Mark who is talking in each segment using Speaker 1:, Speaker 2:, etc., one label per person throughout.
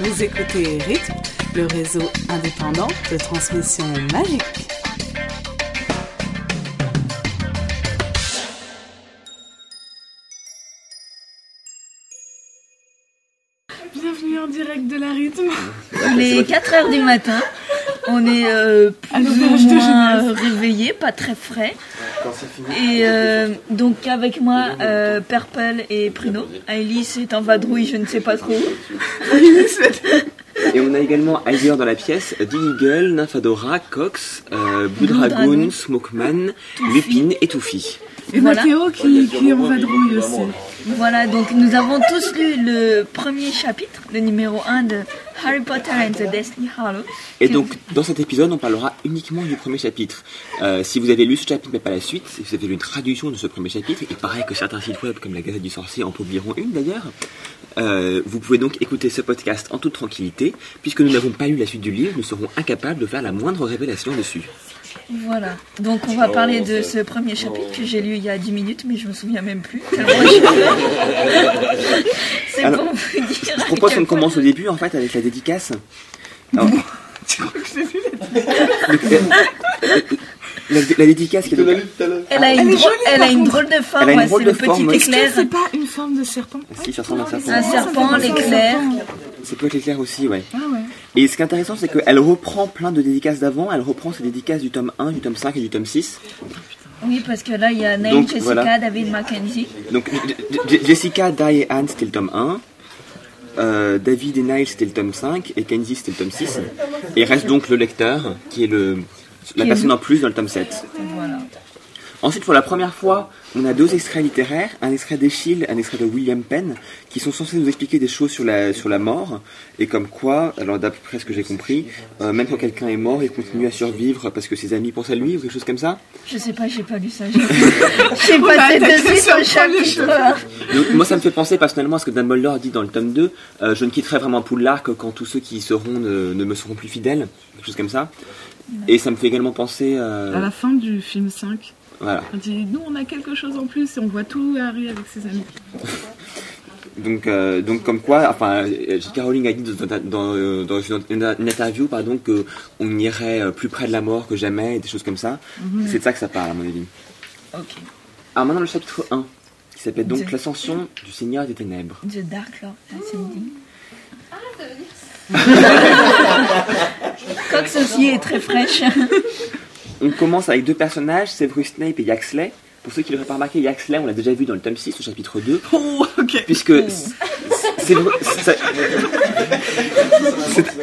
Speaker 1: Vous écoutez Rythme, le réseau indépendant de transmission magique.
Speaker 2: Bienvenue en direct de la rythme.
Speaker 3: Il est 4 heures du matin. On est euh,
Speaker 2: À
Speaker 3: plus ou
Speaker 2: l'auberge de
Speaker 3: moins
Speaker 2: jeunesse.
Speaker 3: réveillés, pas très frais.
Speaker 4: Quand c'est fini.
Speaker 3: Et euh, donc avec moi, euh, Purple et Pruno. Alice est en vadrouille, je ne sais pas trop. où.
Speaker 4: Et on a également ailleurs dans la pièce Diligle, Nymphadora, Cox, euh, Blue
Speaker 3: Blue Dragon.
Speaker 4: Dragon, Smokeman, Lupine et Touffi.
Speaker 2: Et
Speaker 3: Voilà.
Speaker 2: Mathéo qui, qui est en vadrouille aussi.
Speaker 3: Voilà, donc nous avons tous lu le premier chapitre, le numéro 1 de Harry Potter and the Deathly Hallows.
Speaker 4: Et donc, dans cet épisode, on parlera uniquement du premier chapitre. Euh, si vous avez lu ce chapitre mais pas la suite, si vous avez lu une traduction de ce premier chapitre, et pareil que certains sites web comme la Gazette du Sorcier en publieront une d'ailleurs, euh, vous pouvez donc écouter ce podcast en toute tranquillité, puisque nous n'avons pas lu la suite du livre, nous serons incapables de faire la moindre révélation dessus.
Speaker 3: Voilà, donc on
Speaker 4: Oh,
Speaker 3: va parler de ce premier chapitre que j'ai lu il y a 10 minutes, mais je me souviens même plus. tellement j'ai peur. C'est
Speaker 4: Alors,
Speaker 3: pour vous dire.
Speaker 2: Ah,
Speaker 4: Je
Speaker 3: à
Speaker 4: propose
Speaker 3: quel
Speaker 4: qu'on
Speaker 3: point-
Speaker 4: commence au début en fait avec la dédicace. Alors, la, la dédicace qui est donc-
Speaker 3: Elle a une,
Speaker 2: Ah, Elle est
Speaker 3: drôle,
Speaker 2: jolie,
Speaker 3: elle
Speaker 2: par
Speaker 3: a une
Speaker 2: contre.
Speaker 3: drôle de forme,
Speaker 4: Elle a une
Speaker 3: ouais,
Speaker 4: drôle
Speaker 3: c'est
Speaker 4: de
Speaker 3: le
Speaker 4: forme.
Speaker 3: petit
Speaker 4: Est-ce
Speaker 2: Est-ce que
Speaker 3: éclair.
Speaker 2: c'est pas une forme de serpent
Speaker 4: Si, Ah, ça ressemble à un serpent.
Speaker 3: Un
Speaker 2: Ouais, ça me fait
Speaker 3: serpent,
Speaker 2: penser à un
Speaker 3: l'éclair.
Speaker 2: serpent.
Speaker 4: Ça peut être l'éclair aussi, ouais.
Speaker 2: Ah ouais.
Speaker 4: Et ce qui est intéressant, c'est qu'elle reprend plein de dédicaces d'avant. Elle reprend ses dédicaces du tome 1, du tome 5 et du tome 6.
Speaker 3: Oui, parce que là, il y a Nail,
Speaker 4: Donc,
Speaker 3: Jessica,
Speaker 4: voilà.
Speaker 3: David Mackenzie.
Speaker 4: Donc, J- J- J- Jessica, Di et Anne, c'était le tome 1. Euh, David et Niles, c'était le tome 5. Et Kenzie, c'était le tome 6. Et reste donc le lecteur, qui est le, la
Speaker 3: Qui est
Speaker 4: personne
Speaker 3: le-
Speaker 4: en plus dans le tome 7.
Speaker 3: Voilà.
Speaker 4: Ensuite, pour la première fois, on a deux extraits littéraires, un extrait d'Eschyle, un extrait de William Penn, qui sont censés nous expliquer des choses sur la, sur la mort, et comme quoi, alors d'après ce que j'ai compris, euh, même quand quelqu'un est mort, il continue à survivre parce que ses amis pensent à lui, ou quelque chose comme ça.
Speaker 3: Je sais pas, j'ai pas lu ça. J'ai j'ai passé
Speaker 2: attaqué
Speaker 3: de suite
Speaker 2: sur
Speaker 3: au
Speaker 2: le premier
Speaker 3: chapitre. hein.
Speaker 4: Donc, moi, ça me fait penser personnellement à ce que Dumbledore dit dans le tome 2, euh, je ne quitterai vraiment Poudlard que quand tous ceux qui y seront ne, ne me seront plus fidèles, quelque chose comme ça. Et ça me fait également penser... euh,
Speaker 2: À la fin du film 5,
Speaker 4: Voilà.
Speaker 2: quand il dit nous on a quelque chose en plus et on voit tout Harry avec ses amis.
Speaker 4: Donc, euh, donc comme quoi, enfin, euh, J.K. Rowling a dit dans, dans- dans, euh, dans une, une interview, pardon, que on irait euh, plus près de la mort que jamais, et des choses comme ça. C'est de ça que ça parle, à mon avis.
Speaker 3: Ok.
Speaker 4: Alors maintenant, le chapitre 1, qui s'appelle donc
Speaker 3: De-
Speaker 4: L'ascension du Seigneur des Ténèbres.
Speaker 3: The Dark Lord
Speaker 2: Oh.
Speaker 3: Ascending.
Speaker 2: Ah,
Speaker 3: Cox aussi est très fraîche.
Speaker 4: On commence avec deux personnages, Severus Snape et Yaxley. Pour ceux qui l'auraient pas remarqué, Yaxley, on l'a déjà vu dans le tome 6, au chapitre 2.
Speaker 2: Oh, ok.
Speaker 4: Puisque... c- C'est c'est- c'est-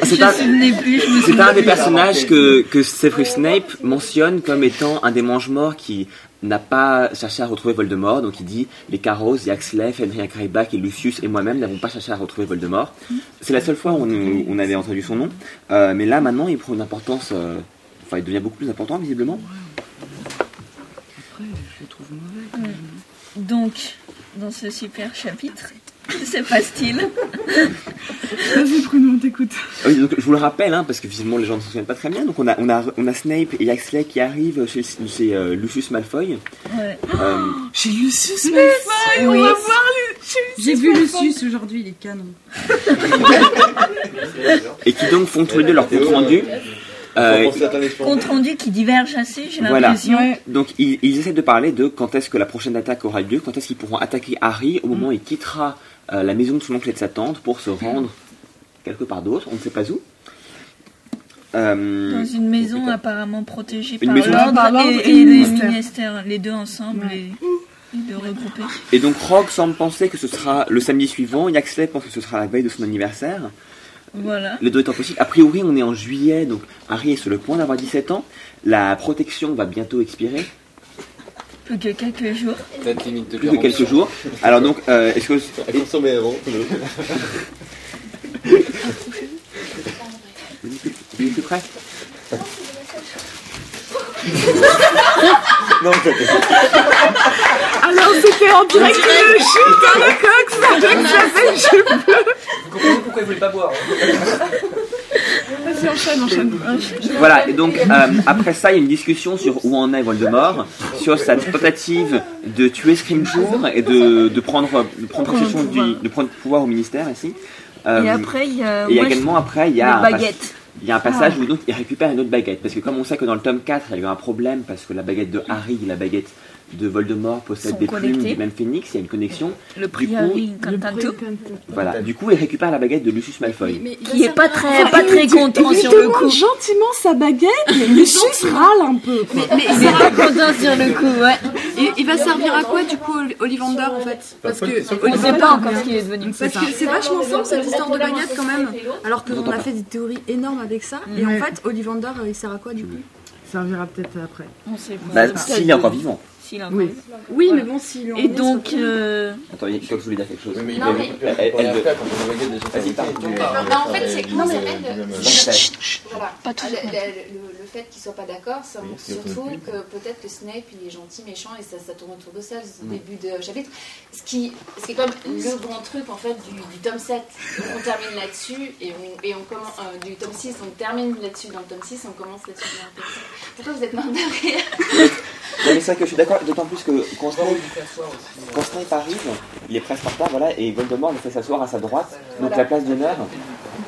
Speaker 3: Je
Speaker 4: c'est
Speaker 3: me
Speaker 4: un-
Speaker 3: souvenais plus, je me
Speaker 4: C'est
Speaker 3: souvenais
Speaker 4: un des
Speaker 3: plus.
Speaker 4: personnages que, que Severus Snape mentionne comme étant un des mange-morts qui n'a pas cherché à retrouver Voldemort. Donc il dit les Carros, Yaxley, Fenrir Greyback et Lucius et moi-même n'avons pas cherché à retrouver Voldemort. C'est la seule fois où on, où on avait entendu son nom. Euh, mais là maintenant il prend une importance, euh, enfin il devient beaucoup plus important visiblement.
Speaker 2: Après, je le trouve mauvais.
Speaker 3: Donc, dans ce super chapitre, que se passe-t-il
Speaker 2: Vas-y, Bruno, on t'écoute.
Speaker 4: Ah Oui, donc, je vous le rappelle, hein, parce que visiblement les gens ne se souviennent pas très bien. Donc on a, on a, on a Snape et Yaxley qui arrivent chez, chez, euh, Lucius Malfoy.
Speaker 3: Ouais.
Speaker 4: Euh,
Speaker 2: J'ai Lucius
Speaker 3: oui.
Speaker 2: Malfoy, on va voir les... chez Lucius
Speaker 5: J'ai vu
Speaker 2: Malfoy.
Speaker 5: Lucius aujourd'hui, il est canon.
Speaker 4: et qui donc font tous les deux leur compte rendu. Euh,
Speaker 3: Compte rendu qui diverge assez, j'ai
Speaker 4: Voilà.
Speaker 3: l'impression.
Speaker 2: Ouais.
Speaker 4: Donc ils, ils essaient de parler de quand est-ce que la prochaine attaque aura lieu, quand est-ce qu'ils pourront attaquer Harry au moment où il quittera euh, la maison de son oncle et de sa tante pour se rendre quelque part d'autre, on ne sait pas où. Euh,
Speaker 3: Dans une maison apparemment protégée
Speaker 4: Une
Speaker 3: par
Speaker 4: maison-
Speaker 2: Par
Speaker 3: l'ordre
Speaker 2: l'ordre
Speaker 3: et,
Speaker 2: et
Speaker 3: et
Speaker 2: le
Speaker 3: les
Speaker 2: ministère.
Speaker 3: ministères, les deux ensemble
Speaker 2: Ouais.
Speaker 3: et les deux regroupés.
Speaker 4: Et donc Rogue semble penser que ce sera le samedi suivant, Yaxley pense que ce sera la veille de son anniversaire.
Speaker 3: Voilà.
Speaker 4: Les deux étant possible, a priori on est en juillet, donc Harry est sur le point d'avoir 17 ans, la protection va bientôt expirer,
Speaker 3: Plus que quelques jours.
Speaker 6: Date limite de
Speaker 4: plus de
Speaker 6: 40
Speaker 4: quelques jours. Alors donc, euh, est-ce que...
Speaker 6: À consommer avant. le-
Speaker 4: Il est plus près
Speaker 1: Ah,
Speaker 2: Alors, c'était en direct le chute de Cox avec sa belle jupe.
Speaker 7: Vous comprenez pourquoi il voulait pas boire
Speaker 2: Vas-y, Vas-y, enchaîne, enchaîne.
Speaker 4: Voilà, et donc euh, après ça, il y a une discussion sur où en est Voldemort, sur sa tentative de tuer Scrimgeour et de, de prendre, de prendre possession
Speaker 3: le pouvoir.
Speaker 4: du, de prendre le pouvoir au ministère ici. Euh,
Speaker 3: Et après, il y a,
Speaker 4: et il y a
Speaker 3: moi, je-
Speaker 4: également après, il y a
Speaker 3: la
Speaker 4: un pas-
Speaker 3: baguette. Ah.
Speaker 4: il y a un passage où donc il récupère une autre baguette. Parce que comme on sait que dans le tome 4, il y a eu un problème parce que la baguette de Harry et la baguette de Voldemort possèdent
Speaker 3: Sont
Speaker 4: des plumes
Speaker 3: connectées.
Speaker 4: du même phoenix, il y a une connexion.
Speaker 3: Le
Speaker 4: coup,
Speaker 3: priori
Speaker 2: Le bruit
Speaker 3: Cantanto.
Speaker 2: Cantanto.
Speaker 4: Voilà. Du coup, il récupère la baguette de Lucius Malfoy.
Speaker 3: Qui est pas très,
Speaker 1: Enfin,
Speaker 3: pas
Speaker 1: il
Speaker 3: très
Speaker 1: lui-
Speaker 3: content
Speaker 1: il lui
Speaker 3: sur le
Speaker 1: demande
Speaker 3: coup.
Speaker 1: gentiment sa baguette, mais Lucius râle un peu. quoi.
Speaker 3: Il est pas content sur le coup, ouais.
Speaker 5: Et il va servir à quoi du coup Oli- Ollivander en fait Parce que
Speaker 3: On sait pas encore ce qu'il est devenu.
Speaker 5: parce que c'est vachement simple cette histoire de baguette quand même. Alors qu'on a fait des théories énormes avec ça. Et en
Speaker 2: Ouais.
Speaker 5: fait, Ollivander euh, il sert à quoi du coup
Speaker 2: Servira peut-être après.
Speaker 3: On sait pas.
Speaker 4: Bah, s'il est encore vivant.
Speaker 3: S'il a encore-
Speaker 2: Oui.
Speaker 5: Oui, mais bon, s'il en
Speaker 3: Et donc, euh,
Speaker 4: Attends, il- je crois que je voulais dire quelque chose.
Speaker 6: mais
Speaker 7: Non, mais-
Speaker 4: Elle- elle- elle-
Speaker 8: euh,
Speaker 7: Bah, en fait, c'est comment ça s'appelle
Speaker 4: Chut, chut.
Speaker 7: Voilà.
Speaker 3: Pas tout.
Speaker 7: Le, le- le- le fait qu'ils soient pas d'accord, ça montre
Speaker 6: Merci, on
Speaker 7: surtout
Speaker 6: peut plus.
Speaker 7: que peut-être que Snape il est gentil, méchant et ça, ça tourne autour de ça au début de chapitre. Ce qui, ce qui est comme le grand truc en fait du, du tome 7. Donc, on termine là-dessus et on, et on commence euh, du tome 6, on termine là-dessus dans le tome 6, on commence là-dessus dans le tome 7. Pourquoi vous êtes mort de rire
Speaker 4: Non, mais c'est vrai que je suis d'accord, d'autant plus que quand Snape, quand Snape arrive, il est presque en retard, voilà, et Voldemort le fait s'asseoir à sa droite, donc la place d'honneur.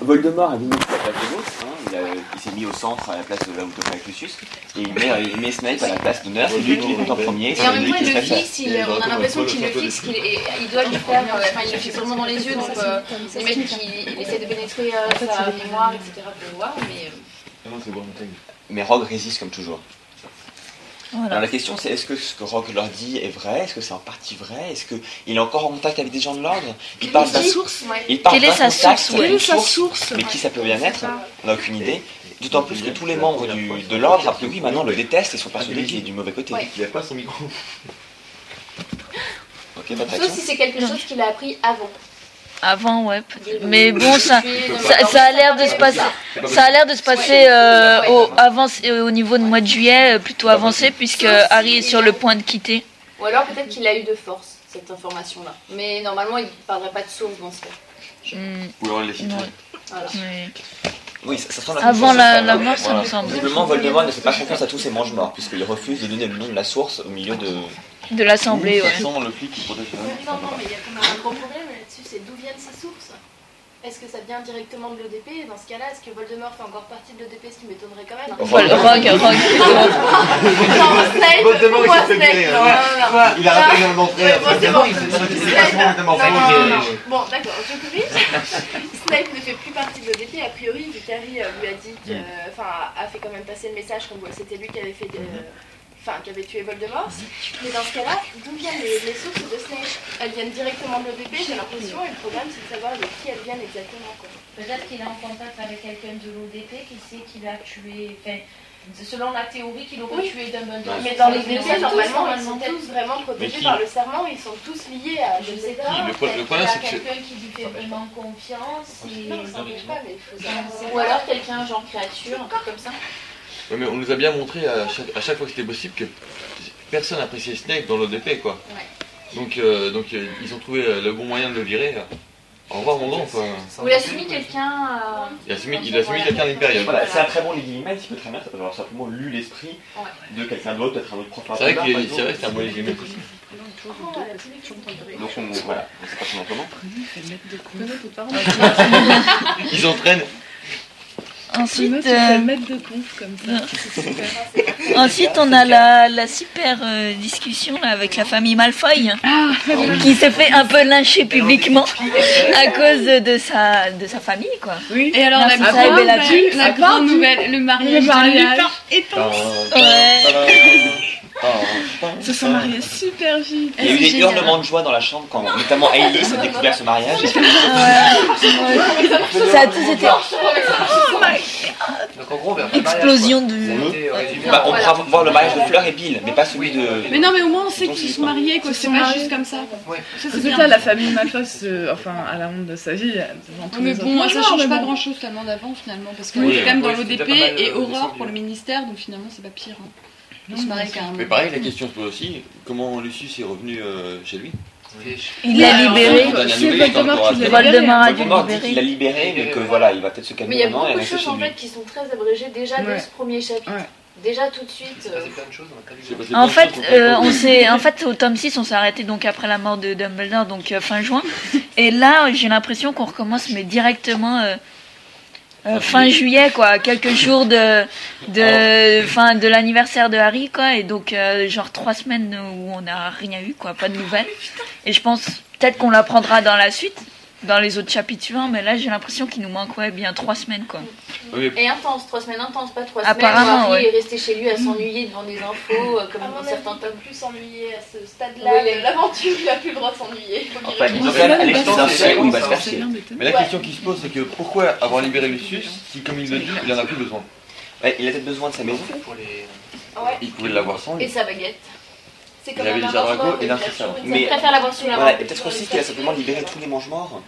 Speaker 4: Voldemort a mis la place de l'autre, hein, il, a- il s'est mis au centre à la place de là où te avec Lucius, et il met, il met Snape à la place d'honneur, c'est lui qui est en premier,
Speaker 7: Et en
Speaker 4: c'est
Speaker 7: même
Speaker 4: lui
Speaker 7: temps,
Speaker 4: qui
Speaker 7: il le
Speaker 4: fait ça.
Speaker 7: fixe, il- euh, on a l'impression qu'il le fixe, qu'il est- il doit lui faire, euh, enfin, il le fixe vraiment dans les yeux, donc euh, les mecs, il, il essaie de pénétrer euh, sa mémoire, etc. pour le voir, mais... euh,
Speaker 4: Mais Rogue résiste comme toujours. Alors
Speaker 3: voilà.
Speaker 4: la question c'est est-ce que ce que Rogue leur dit est vrai Est-ce que c'est en partie vrai Est-ce qu'il est encore en contact avec des gens de l'ordre Il parle d'un
Speaker 2: source
Speaker 7: ouais.
Speaker 4: Il parle
Speaker 3: Quelle est
Speaker 4: d'un
Speaker 3: sa
Speaker 4: contact,
Speaker 3: source,
Speaker 4: d'une
Speaker 3: ouais.
Speaker 2: Quelle est sa source
Speaker 4: Mais qui ça peut bien être hein. On n'a aucune idée. D'autant plus que tous les membres du- de l'ordre, a priori, maintenant le détestent et sont persuadés qu'il est du mauvais côté.
Speaker 7: Ouais.
Speaker 6: Il a pas son micro.
Speaker 4: Ok, pas de
Speaker 7: Sauf
Speaker 4: réaction.
Speaker 7: si c'est quelque chose qu'il a appris avant.
Speaker 3: Avant, ouais. peut-être. Mais bon, ça, ça,
Speaker 7: Bah,
Speaker 3: ça a l'air de se passer. Ça a l'air de se passer
Speaker 7: Ouais.
Speaker 3: euh,
Speaker 7: Ouais.
Speaker 3: au, avance- euh, au niveau de mois de juillet, euh, plutôt avancé, puisque
Speaker 7: Sauf si
Speaker 3: Harry est sur
Speaker 7: il-
Speaker 3: le point de quitter.
Speaker 7: Ou alors peut-être qu'il a eu de force, cette information-là. Mais normalement, il ne parlerait pas de source dans ce cas.
Speaker 3: Hmm,
Speaker 4: Ou alors, il les filtre.
Speaker 3: Ouais.
Speaker 7: Voilà.
Speaker 3: ouais.
Speaker 4: Oui, ça, ça sent la
Speaker 3: Avant
Speaker 4: confiance,
Speaker 3: la,
Speaker 4: ça.
Speaker 3: la mort, ça me
Speaker 4: Voilà.
Speaker 3: semble.
Speaker 4: Visiblement, Voldemort ne fait pas confiance à tous ses mange morts, puisqu'il refuse de donner le nom de la source au milieu de.
Speaker 3: De l'Assemblée, ouais.
Speaker 4: Sans le flic qui protège le
Speaker 9: Oui, non, non, mais il y a quand même un gros problème là-dessus, c'est d'où viennent ces sources Est-ce que ça vient directement de l'ODP Et Dans ce cas-là, est-ce que Voldemort fait encore partie de l'ODP Ce qui m'étonnerait quand même.
Speaker 4: Rogue.
Speaker 3: Vol- Rogue, Rogue.
Speaker 9: Non, Snape,
Speaker 6: Voldemort, il
Speaker 9: pourquoi
Speaker 6: s'est fait
Speaker 9: Snape
Speaker 6: virer,
Speaker 9: Non, non,
Speaker 4: Ah,
Speaker 9: non.
Speaker 6: Il a raté dans mon frère.
Speaker 9: Ah, Ouais, bon, c'est bon.
Speaker 6: Snape,
Speaker 9: Non, non, non, non. Bon, d'accord, je corrige. Snape ne fait plus partie de l'ODP, a priori, vu qu'Harry euh, lui a dit que.
Speaker 4: Mm.
Speaker 9: Enfin, a fait quand même passer le message comme quoi c'était lui qui avait fait. de- Enfin, qui avait tué Voldemort. Mais dans ce cas-là, d'où viennent les, les sources de Snape Elles viennent directement de l'ODP, j'ai l'impression, et le problème c'est de savoir de qui elles viennent exactement. Quoi.
Speaker 10: Peut-être qu'il est en contact avec quelqu'un de l'ODP qui sait qu'il a tué. Enfin, selon la théorie qu'il aurait
Speaker 9: Oui.
Speaker 10: tué Dumbledore.
Speaker 7: Ah,
Speaker 9: Mais dans les
Speaker 10: Mais on
Speaker 9: VP,
Speaker 10: sait
Speaker 9: normalement,
Speaker 10: tous,
Speaker 9: ils sont
Speaker 10: normalement,
Speaker 9: tous vraiment protégés
Speaker 8: qui
Speaker 9: par le serment, ils sont tous liés à je
Speaker 10: Je
Speaker 9: sais
Speaker 10: sais pas.
Speaker 8: Le pro- le
Speaker 10: peut-être
Speaker 8: problème, c'est que
Speaker 10: qu'il y a
Speaker 8: je-
Speaker 10: quelqu'un qui lui fait vraiment confiance. et-
Speaker 9: Non, ça n'empêche pas, mais il faut savoir.
Speaker 10: Ou alors quelqu'un genre créature, un truc comme ça.
Speaker 8: Ouais, mais on nous a bien montré à chaque, à chaque fois que c'était possible que personne n'appréciait Snape dans l'ODP quoi. Donc, euh, donc euh, ils ont trouvé euh, le bon moyen de le virer. là. Au revoir mon don quoi.
Speaker 10: Ou il a soumis quelqu'un. euh,
Speaker 8: Il a soumis, il a soumis quelqu'un d'une période.
Speaker 4: Voilà, c'est un très bon Lady Mail, il peut très bien alors, simplement lu l'esprit de quelqu'un d'autre, peut-être un autre prof.
Speaker 8: C'est vrai
Speaker 4: par
Speaker 8: que
Speaker 4: exemple.
Speaker 8: c'est vrai que c'est un bon légime.
Speaker 4: Donc, on, voilà, on sait pas comment comment.
Speaker 8: Ils entraînent.
Speaker 3: Ensuite,
Speaker 2: tu fais
Speaker 3: euh,
Speaker 2: le maître de conf comme ça. C'est super.
Speaker 3: ensuite, on a la, la super euh, discussion là, avec la famille Malfoy, hein, qui s'est fait un peu lyncher publiquement à cause de sa, de sa famille, quoi.
Speaker 2: Oui.
Speaker 11: Et alors, la
Speaker 3: Merci,
Speaker 11: grande,
Speaker 3: Isabelle, la
Speaker 11: la,
Speaker 3: pub,
Speaker 11: Ah, bah, la grande nouvelle, le mariage.
Speaker 2: Le mariage.
Speaker 12: ben,
Speaker 8: euh,
Speaker 3: Ouais.
Speaker 2: Ils se sont mariés super vite.
Speaker 4: Il y a eu des hurlements de joie dans la chambre quand notamment Alice a découvert ce mariage.
Speaker 3: Ça a tous été
Speaker 8: Donc en gros,
Speaker 3: explosion de.
Speaker 7: Euh,
Speaker 4: Bah, on pourra voir le mariage de Fleur et Bill, mais pas celui de.
Speaker 11: Mais non, mais au moins on sait
Speaker 4: Donc,
Speaker 11: qu'ils
Speaker 4: c'est
Speaker 11: se sont
Speaker 4: pas-
Speaker 11: mariés, quoi.
Speaker 2: Ils se
Speaker 11: C'est
Speaker 2: sont
Speaker 11: pas
Speaker 2: mariés.
Speaker 11: juste comme ça.
Speaker 8: Ouais.
Speaker 11: Ça, c'est
Speaker 2: Résultat,
Speaker 11: bien.
Speaker 2: la famille Malfoy, se- enfin, à la honte de sa vie. Dans tous
Speaker 11: Ouais, mais
Speaker 2: les
Speaker 11: bon,
Speaker 2: autres
Speaker 11: ça change
Speaker 2: genres,
Speaker 11: pas
Speaker 2: mais bon.
Speaker 11: grand chose la demande avant finalement, parce qu'on
Speaker 12: hein,
Speaker 8: Oui,
Speaker 11: est quand même dans
Speaker 8: ouais, c'était
Speaker 11: l'ODP
Speaker 8: déjà pas mal,
Speaker 11: et
Speaker 8: euh,
Speaker 11: Aurore pour
Speaker 8: descendu.
Speaker 11: le ministère, donc finalement c'est pas pire. Hein. Ils se marient carrément.
Speaker 8: Mais pareil, la question se pose aussi comment Lucius est revenu euh, chez lui
Speaker 3: Il l'a libéré.
Speaker 2: Bah, hein.
Speaker 3: Voldemort Ah, a dû le
Speaker 4: Il l'a
Speaker 3: libérer.
Speaker 4: libéré, mais que voilà, il va peut-être se
Speaker 7: Mais il
Speaker 4: calmer
Speaker 7: y a
Speaker 4: maintenant et
Speaker 7: beaucoup de
Speaker 4: rester
Speaker 7: choses
Speaker 4: chez
Speaker 7: en
Speaker 4: lui.
Speaker 7: fait qui sont très abrégées déjà dès
Speaker 3: Ouais.
Speaker 7: ce premier chapitre. Déjà tout de suite. euh,
Speaker 3: En fait, euh, on s'est, en fait, au tome 6, on s'est arrêté donc après la mort de Dumbledore, donc euh, fin juin. Et là, j'ai l'impression qu'on recommence, mais directement euh, euh, fin juillet, quoi, quelques jours de, de, fin de l'anniversaire de Harry, quoi. Et donc, euh, genre trois semaines où on n'a rien eu, quoi, pas de nouvelles. Et je pense peut-être qu'on l'apprendra dans la suite, dans les autres chapitres suivants. Mais là, j'ai l'impression qu'il nous manque, ouais, bien trois semaines, quoi.
Speaker 7: Et intense, trois semaines intense, pas trois
Speaker 3: Apparemment,
Speaker 7: semaines. où Harry
Speaker 3: ouais.
Speaker 7: est resté chez lui à s'ennuyer devant des infos, euh, comme
Speaker 9: À mon
Speaker 7: dans
Speaker 9: avis,
Speaker 7: certains tomes.
Speaker 9: plus s'ennuyer à ce stade-là
Speaker 7: Oui.
Speaker 9: de l'aventure, il n'a plus le droit de s'ennuyer. Faut qu'il
Speaker 8: Enfin,
Speaker 9: réfléchisse.
Speaker 8: disons qu'à à l'extérieur,
Speaker 4: c'est
Speaker 8: c'est
Speaker 4: bien
Speaker 8: où il
Speaker 4: de
Speaker 8: va se
Speaker 4: faire
Speaker 8: faire
Speaker 4: ça.
Speaker 8: chier. Mais
Speaker 9: Ouais.
Speaker 8: la question qui se pose, c'est que pourquoi avoir libéré Lucius si, comme il le dit, il en a plus besoin
Speaker 4: Ouais, Il a peut-être besoin de sa maison.
Speaker 9: Ouais.
Speaker 8: Il pouvait l'avoir sans
Speaker 7: Et
Speaker 8: lui.
Speaker 7: sa baguette. C'est
Speaker 4: Il avait
Speaker 7: un
Speaker 4: des aragos
Speaker 7: arbre,
Speaker 4: et
Speaker 7: il
Speaker 4: d'un
Speaker 7: a
Speaker 4: cerceau.
Speaker 7: toujours- Il préfère l'avoir sous la main.
Speaker 4: Voilà, et peut-être aussi qu'il a simplement libéré tous les manches morts.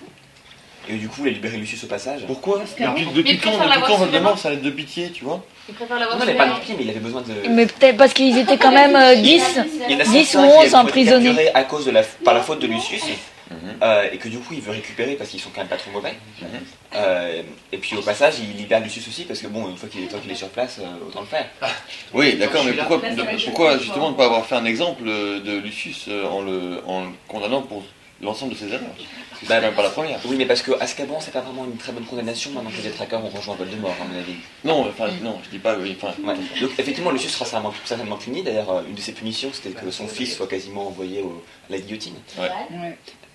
Speaker 4: Et du coup, il a libéré Lucius au passage.
Speaker 8: Pourquoi
Speaker 7: que-
Speaker 8: Depuis
Speaker 7: Mais
Speaker 8: depuis
Speaker 7: préfère
Speaker 8: quand, depuis
Speaker 7: l'avoir
Speaker 8: quand
Speaker 7: sous la main.
Speaker 8: Voldemort s'arrête de pitié, tu vois
Speaker 7: Il préfère
Speaker 4: Non,
Speaker 7: l'avoir
Speaker 4: non,
Speaker 7: sous
Speaker 4: il
Speaker 7: la
Speaker 4: a pas
Speaker 7: main.
Speaker 4: de pitié, mais il avait besoin de.
Speaker 3: Mais peut-être parce qu'ils étaient quand même euh, 10,
Speaker 4: Il y en a
Speaker 3: 10
Speaker 4: certains
Speaker 3: ou
Speaker 4: qui
Speaker 3: 11
Speaker 4: avaient été
Speaker 3: emprisonnés.
Speaker 4: capturés à cause de la, par la faute de Lucius,
Speaker 8: Mhm.
Speaker 4: euh, et que du coup il veut récupérer parce qu'ils sont quand même pas trop mauvais. Euh, et puis au passage, il libère Lucius aussi parce que bon, une fois qu'il est, tant qu'il est sur place, euh, autant le faire.
Speaker 8: Oui, d'accord, mais pourquoi,
Speaker 4: Là, ça va être
Speaker 8: pourquoi
Speaker 4: le
Speaker 8: justement ne pas avoir fait un exemple euh, de Lucius euh, en le, en le condamnant pour l'ensemble de ses erreurs Parce que c'est quand Bah, même pas la première.
Speaker 4: Oui, mais parce que Azkaban, c'est pas vraiment une très bonne condamnation maintenant que les traqueurs ont rejoint Voldemort, à mon avis.
Speaker 8: Non, enfin, non, je dis pas, oui, enfin.
Speaker 4: Ouais. Donc effectivement, Lucius sera certainement, certainement puni. D'ailleurs, euh, une de ses punitions, c'était que son fils soit quasiment envoyé au- à la guillotine.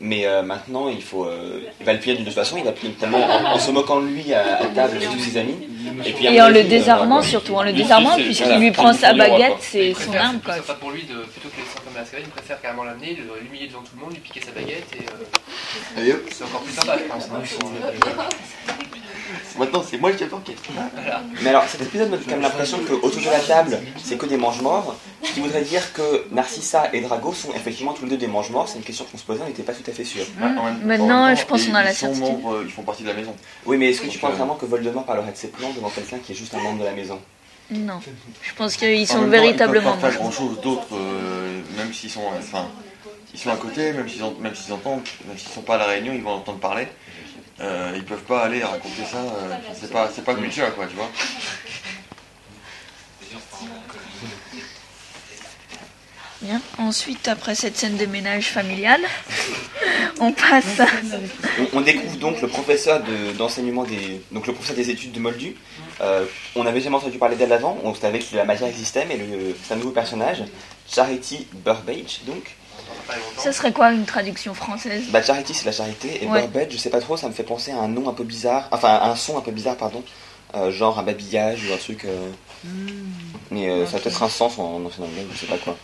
Speaker 4: Mais euh, maintenant, il faut, euh, il va le punir d'une autre façon. Il va le punir notamment en, en se moquant de lui à, à table avec tous ses amis. puis, à
Speaker 3: Et
Speaker 4: mon
Speaker 3: en le
Speaker 4: avis, euh,
Speaker 3: désarmant,
Speaker 4: voilà.
Speaker 3: surtout en le désarmant, puisqu'il lui prend sa baguette, c'est
Speaker 13: Il
Speaker 3: son
Speaker 13: préfère,
Speaker 3: arme,
Speaker 13: c'est
Speaker 3: quoi.
Speaker 13: plus sympa pour lui de plutôt que de s'enfermer à Azkaban, il préfère carrément l'amener, le- l'humilier devant tout le monde, lui piquer sa baguette et. euh,
Speaker 8: Allez, hop.
Speaker 13: c'est encore plus sympa, je pense. hein, pour, euh,
Speaker 8: Maintenant, c'est moi qui ai l'enquête.
Speaker 4: Mais alors, cet épisode me donne quand même l'impression que autour de la table, c'est que des mange-morts. Ce qui voudrait dire que Narcissa et Drago sont effectivement tous les deux des mange-morts. C'est une question qu'on se posait, on n'était pas tout à fait sûr.
Speaker 8: ah,
Speaker 3: Maintenant, je pense qu'on a la
Speaker 4: ils sont
Speaker 3: certitude.
Speaker 8: membres, euh, ils font partie de la maison.
Speaker 4: Oui, mais est-ce que tu
Speaker 8: Donc,
Speaker 4: penses
Speaker 8: euh,
Speaker 4: vraiment que Voldemort parlerait de ses plans devant quelqu'un qui est juste un membre de la maison
Speaker 3: Non, je pense qu'ils
Speaker 8: En
Speaker 3: sont
Speaker 8: même temps,
Speaker 3: véritablement
Speaker 8: Ils peuvent pas
Speaker 3: morts.
Speaker 8: faire grand chose d'autre, euh, même s'ils sont, euh, enfin, ils sont à côté, même s'ils en- même s'ils entendent, même s'ils sont pas à la réunion, ils vont entendre parler. Euh, ils peuvent pas aller raconter ça. euh, enfin, c'est pas, c'est
Speaker 3: Mm.
Speaker 8: pas culture, quoi, tu vois.
Speaker 3: Bien. Ensuite, après cette scène de ménage familial, on passe à...
Speaker 4: On, on découvre donc le professeur de- d'enseignement des donc le professeur des études de Moldu. Euh, on n'avait jamais entendu parler d'elle avant. On savait que la matière existait, mais le- c'est un nouveau personnage, Charity Burbage. Donc,
Speaker 3: Ça serait quoi une traduction française
Speaker 4: bah Charity c'est la charité et
Speaker 3: Ouais.
Speaker 4: Burbage, je sais pas trop, ça me fait penser à un nom un peu bizarre, enfin à un son un peu bizarre pardon, Euh, genre un babillage ou un truc. euh, Mais euh, ça a peut-être un sens en ancien anglais, je sais pas quoi.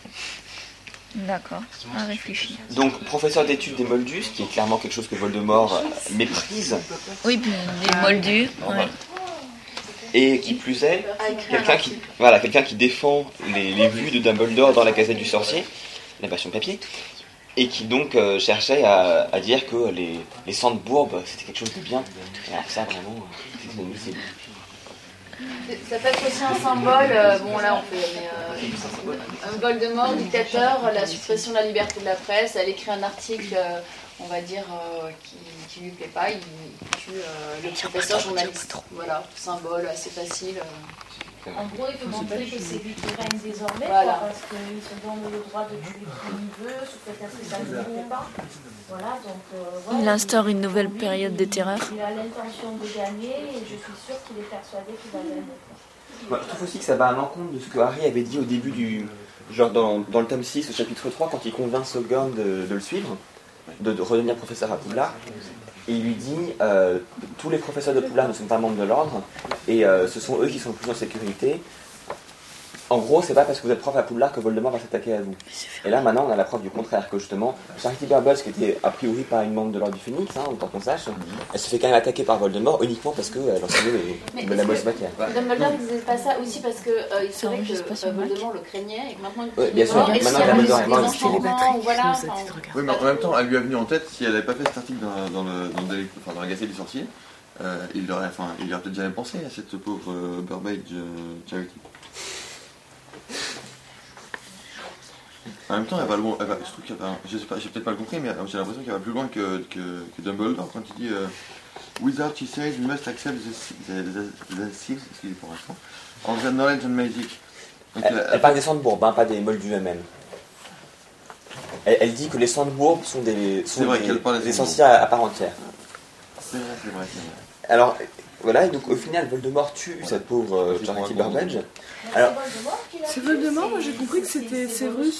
Speaker 3: D'accord, à réfléchir.
Speaker 4: Donc professeur d'études des Moldus, qui est clairement quelque chose que Voldemort euh, méprise.
Speaker 3: Oui, puis des moldus. ouais.
Speaker 4: Et qui plus est,
Speaker 7: Ah,
Speaker 4: quelqu'un qui, voilà, quelqu'un qui défend les, les vues de Dumbledore dans la casette du sorcier, la version papier, et qui donc euh, cherchait à, à dire que les, les sangs de bourbe, c'était quelque chose de bien. Et alors ça, vraiment, euh, c'est inadmissible.
Speaker 7: Ça peut être aussi un symbole, euh, bon là on peut, mais euh, un Voldemort, dictateur, la suppression de la liberté de la presse, elle écrit un article, euh, on va dire, euh, qui, qui lui plaît pas, il tue euh, le professeur journaliste. Voilà, symbole assez facile. euh.
Speaker 10: En gros, il faut montrer que c'est lui qui règne désormais,
Speaker 7: Voilà.
Speaker 10: quoi, parce qu'il se donne le droit de tuer qui il veut, sous prétexte que ça ne le plaît pas. Voilà, donc, euh, voilà,
Speaker 3: Il instaure une nouvelle période de terreur.
Speaker 10: Il a l'intention de gagner et je suis sûre qu'il est persuadé qu'il va gagner.
Speaker 4: Ouais, je trouve Bah, aussi que ça va à l'encontre de ce que Harry avait dit au début du. Genre dans, dans le tome 6, au chapitre 3, quand il convainc Sogorn de, de le suivre, de, de redevenir professeur à Poudlard, et il lui dit euh, Tous les professeurs de Poudlard ne sont pas membres de l'ordre, et euh, ce sont eux qui sont le plus en sécurité. En gros, c'est pas parce que vous êtes prof à Poudlard que Voldemort va s'attaquer à vous. Et là, maintenant, on a la preuve du contraire, que justement, Charity Burbage, qui était a priori pas une membre de l'ordre du Phoenix, hein, autant qu'on sache, elle se fait quand même attaquer par Voldemort uniquement parce euh, qu'elle enseignait
Speaker 7: Mais
Speaker 4: les- de la
Speaker 7: est-ce
Speaker 4: mauvaise
Speaker 7: que
Speaker 4: matière.
Speaker 7: Dumbledore ne disait pas ça aussi parce que euh, il savait que euh, Voldemort le craignait et que maintenant il
Speaker 4: Ouais, bien sûr,
Speaker 7: mort, et
Speaker 4: maintenant,
Speaker 7: s'il y avait
Speaker 4: Dumbledore est
Speaker 7: des
Speaker 4: mort, il
Speaker 7: enfants,
Speaker 4: tire les batteries,
Speaker 7: voilà,
Speaker 4: nous a dit
Speaker 7: enfin,
Speaker 8: Oui, mais en même temps, elle lui a venu en tête si elle n'avait pas fait cet article dans, dans le, dans, le- enfin, dans la Gazette du Sorcier, euh, il aurait, enfin, il aurait peut-être jamais pensé à cette pauvre euh, Burbage euh, Charity.
Speaker 12: En même temps, elle va loin. Elle va, je trouve qu'elle va. Je sais pas, j'ai peut-être pas le compris, mais euh, j'ai l'impression qu'elle va plus loin que, que, que Dumbledore quand il dit euh, Wizard, she says, must accept the, the, the, the six, excusez pour l'instant, of the knowledge and magic. Donc, ah,
Speaker 14: Elle, elle parle des Sandbourbes, hein, pas des moldus eux-mêmes. Elle, elle dit que les Sandbourbes sont des, sont
Speaker 12: C'est vrai
Speaker 14: des-
Speaker 12: qu'elle parle des
Speaker 14: des
Speaker 12: Sandbourbes.
Speaker 14: sorcières à, à part entière.
Speaker 12: C'est vrai, c'est vrai, c'est vrai.
Speaker 14: Alors, euh, voilà, et donc au final, Voldemort tue cette pauvre euh, Charity Burbage.
Speaker 4: Euh,
Speaker 14: Alors,
Speaker 2: C'est Voldemort, moi j'ai compris que c'était Severus.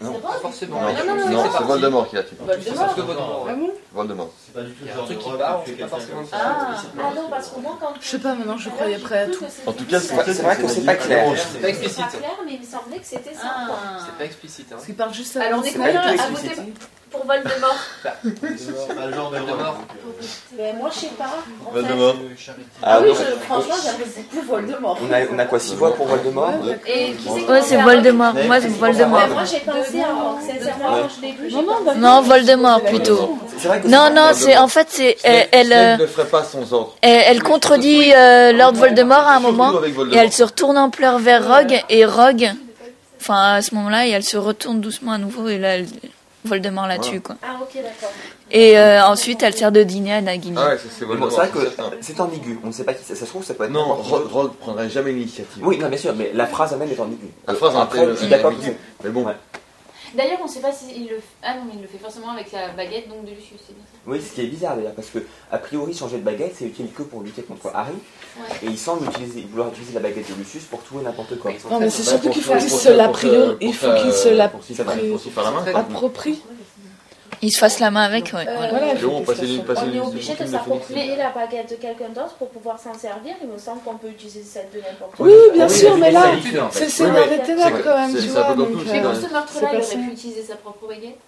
Speaker 14: Non.
Speaker 2: C'est Ron
Speaker 12: Forcément.
Speaker 2: Non, non, non,
Speaker 12: c'est
Speaker 2: non.
Speaker 12: Voldemort qui l'a tué.
Speaker 7: Bah,
Speaker 2: Voldemort. Ah bon
Speaker 12: Voldemort.
Speaker 6: C'est pas du tout
Speaker 12: Il y
Speaker 6: le
Speaker 12: a un
Speaker 6: genre de
Speaker 12: truc qui
Speaker 6: robe
Speaker 12: part,
Speaker 6: que
Speaker 12: on sait
Speaker 6: quelqu'un
Speaker 12: pas forcément
Speaker 6: qui-
Speaker 12: Ah.
Speaker 10: Ah non, parce que moi, quand.
Speaker 2: Je sais pas
Speaker 7: hein,
Speaker 2: maintenant, je croyais prêt à tout.
Speaker 12: En tout cas,
Speaker 14: c'est vrai- c'est vrai que c'est pas clair. C'est pas
Speaker 7: C'est pas clair, mais il me semblait que c'était ça. quoi.
Speaker 13: C'est pas explicite. Hein.
Speaker 2: Parce qu'il parle juste avant.
Speaker 7: Ah. Alors on est
Speaker 2: ça.
Speaker 7: combien à voter pour Voldemort
Speaker 6: le genre de robe.
Speaker 7: Mais Ben, Moi, je sais pas. en fait.
Speaker 14: Voldemort.
Speaker 7: Ah,
Speaker 14: Ah,
Speaker 7: oui,
Speaker 14: non.
Speaker 7: je- franchement, j'aimerais beaucoup Voldemort.
Speaker 14: on a, on a quoi, 6 voix pour Voldemort
Speaker 7: Et qui c'est qui
Speaker 3: Ouais, c'est
Speaker 7: a-
Speaker 3: Voldemort. Moi, c'est
Speaker 7: Ouais,
Speaker 3: Voldemort.
Speaker 7: Moi, j'ai pensé à Rogue, sincèrement,
Speaker 14: Ouais.
Speaker 7: quand je l'ai vu. j'ai pensé-
Speaker 3: Non, Voldemort plutôt.
Speaker 14: C'est vrai que c'est
Speaker 3: Non,
Speaker 14: pas
Speaker 3: non, c'est
Speaker 14: Voldemort.
Speaker 3: en fait, c'est elle, elle, euh,
Speaker 12: ne ferait pas sans ordre.
Speaker 3: elle- elle contredit euh, Lord Voldemort à un moment
Speaker 12: avec
Speaker 3: et
Speaker 12: Voldemort.
Speaker 3: elle se retourne en pleurs vers Rogue et Rogue, enfin à ce moment-là, et elle se retourne doucement à nouveau et là, elle- Voldemort la tue quoi.
Speaker 7: Ah, ok, d'accord.
Speaker 3: Et euh, ensuite, elle sert de dîner à Nagini.
Speaker 12: Ah c'est bah,
Speaker 14: Mais bon, c'est vrai que c'est ambigu, on ne sait pas qui c'est. Ça se trouve, ça peut être. Non,
Speaker 12: Roll prendrait jamais l'initiative.
Speaker 14: Oui, non, bien sûr, mais la phrase elle-même est ambiguë.
Speaker 12: La phrase en
Speaker 14: après,
Speaker 12: elle-
Speaker 14: je suis
Speaker 12: elle
Speaker 14: d'accord.
Speaker 12: est
Speaker 14: que
Speaker 12: ambiguë,
Speaker 14: c'est- Ouais. Mais bon.
Speaker 7: D'ailleurs, on sait pas s'il le. Ah non, mais il le fait forcément avec la baguette donc de Lucius, c'est bien ça.
Speaker 14: Oui, ce qui est bizarre d'ailleurs, parce que a priori, changer de baguette, c'est utile que pour lutter contre Harry.
Speaker 7: Ouais.
Speaker 14: Et il semble utiliser, vouloir utiliser la baguette de Lucius pour tout et n'importe quoi.
Speaker 2: Non, mais c'est surtout qu'il faut qu'il se
Speaker 12: euh,
Speaker 2: l'appriori. Il faut
Speaker 14: euh,
Speaker 2: qu'il se
Speaker 12: Ah,
Speaker 2: l'approprie.
Speaker 3: Il se fasse la main avec, ouais.
Speaker 2: voilà,
Speaker 12: Léon, on passait une
Speaker 10: On est obligé de s'approprier la baguette de quelqu'un d'autre pour pouvoir s'en servir. Il me semble qu'on peut utiliser celle de n'importe
Speaker 2: Oui, bien sûr, mais là, c'est le scénario
Speaker 12: Oui, mais
Speaker 2: ténor
Speaker 12: c'est-
Speaker 2: quand même,
Speaker 12: c'est-
Speaker 2: tu
Speaker 12: c'est un
Speaker 2: vois.
Speaker 12: peu comme
Speaker 2: donc,
Speaker 12: tout,
Speaker 2: euh,
Speaker 7: Mais
Speaker 12: Ouais.
Speaker 7: pour ce
Speaker 2: c'est
Speaker 7: meurtre-là,
Speaker 2: pas
Speaker 7: il
Speaker 2: ça.
Speaker 7: aurait pu utiliser sa propre baguette.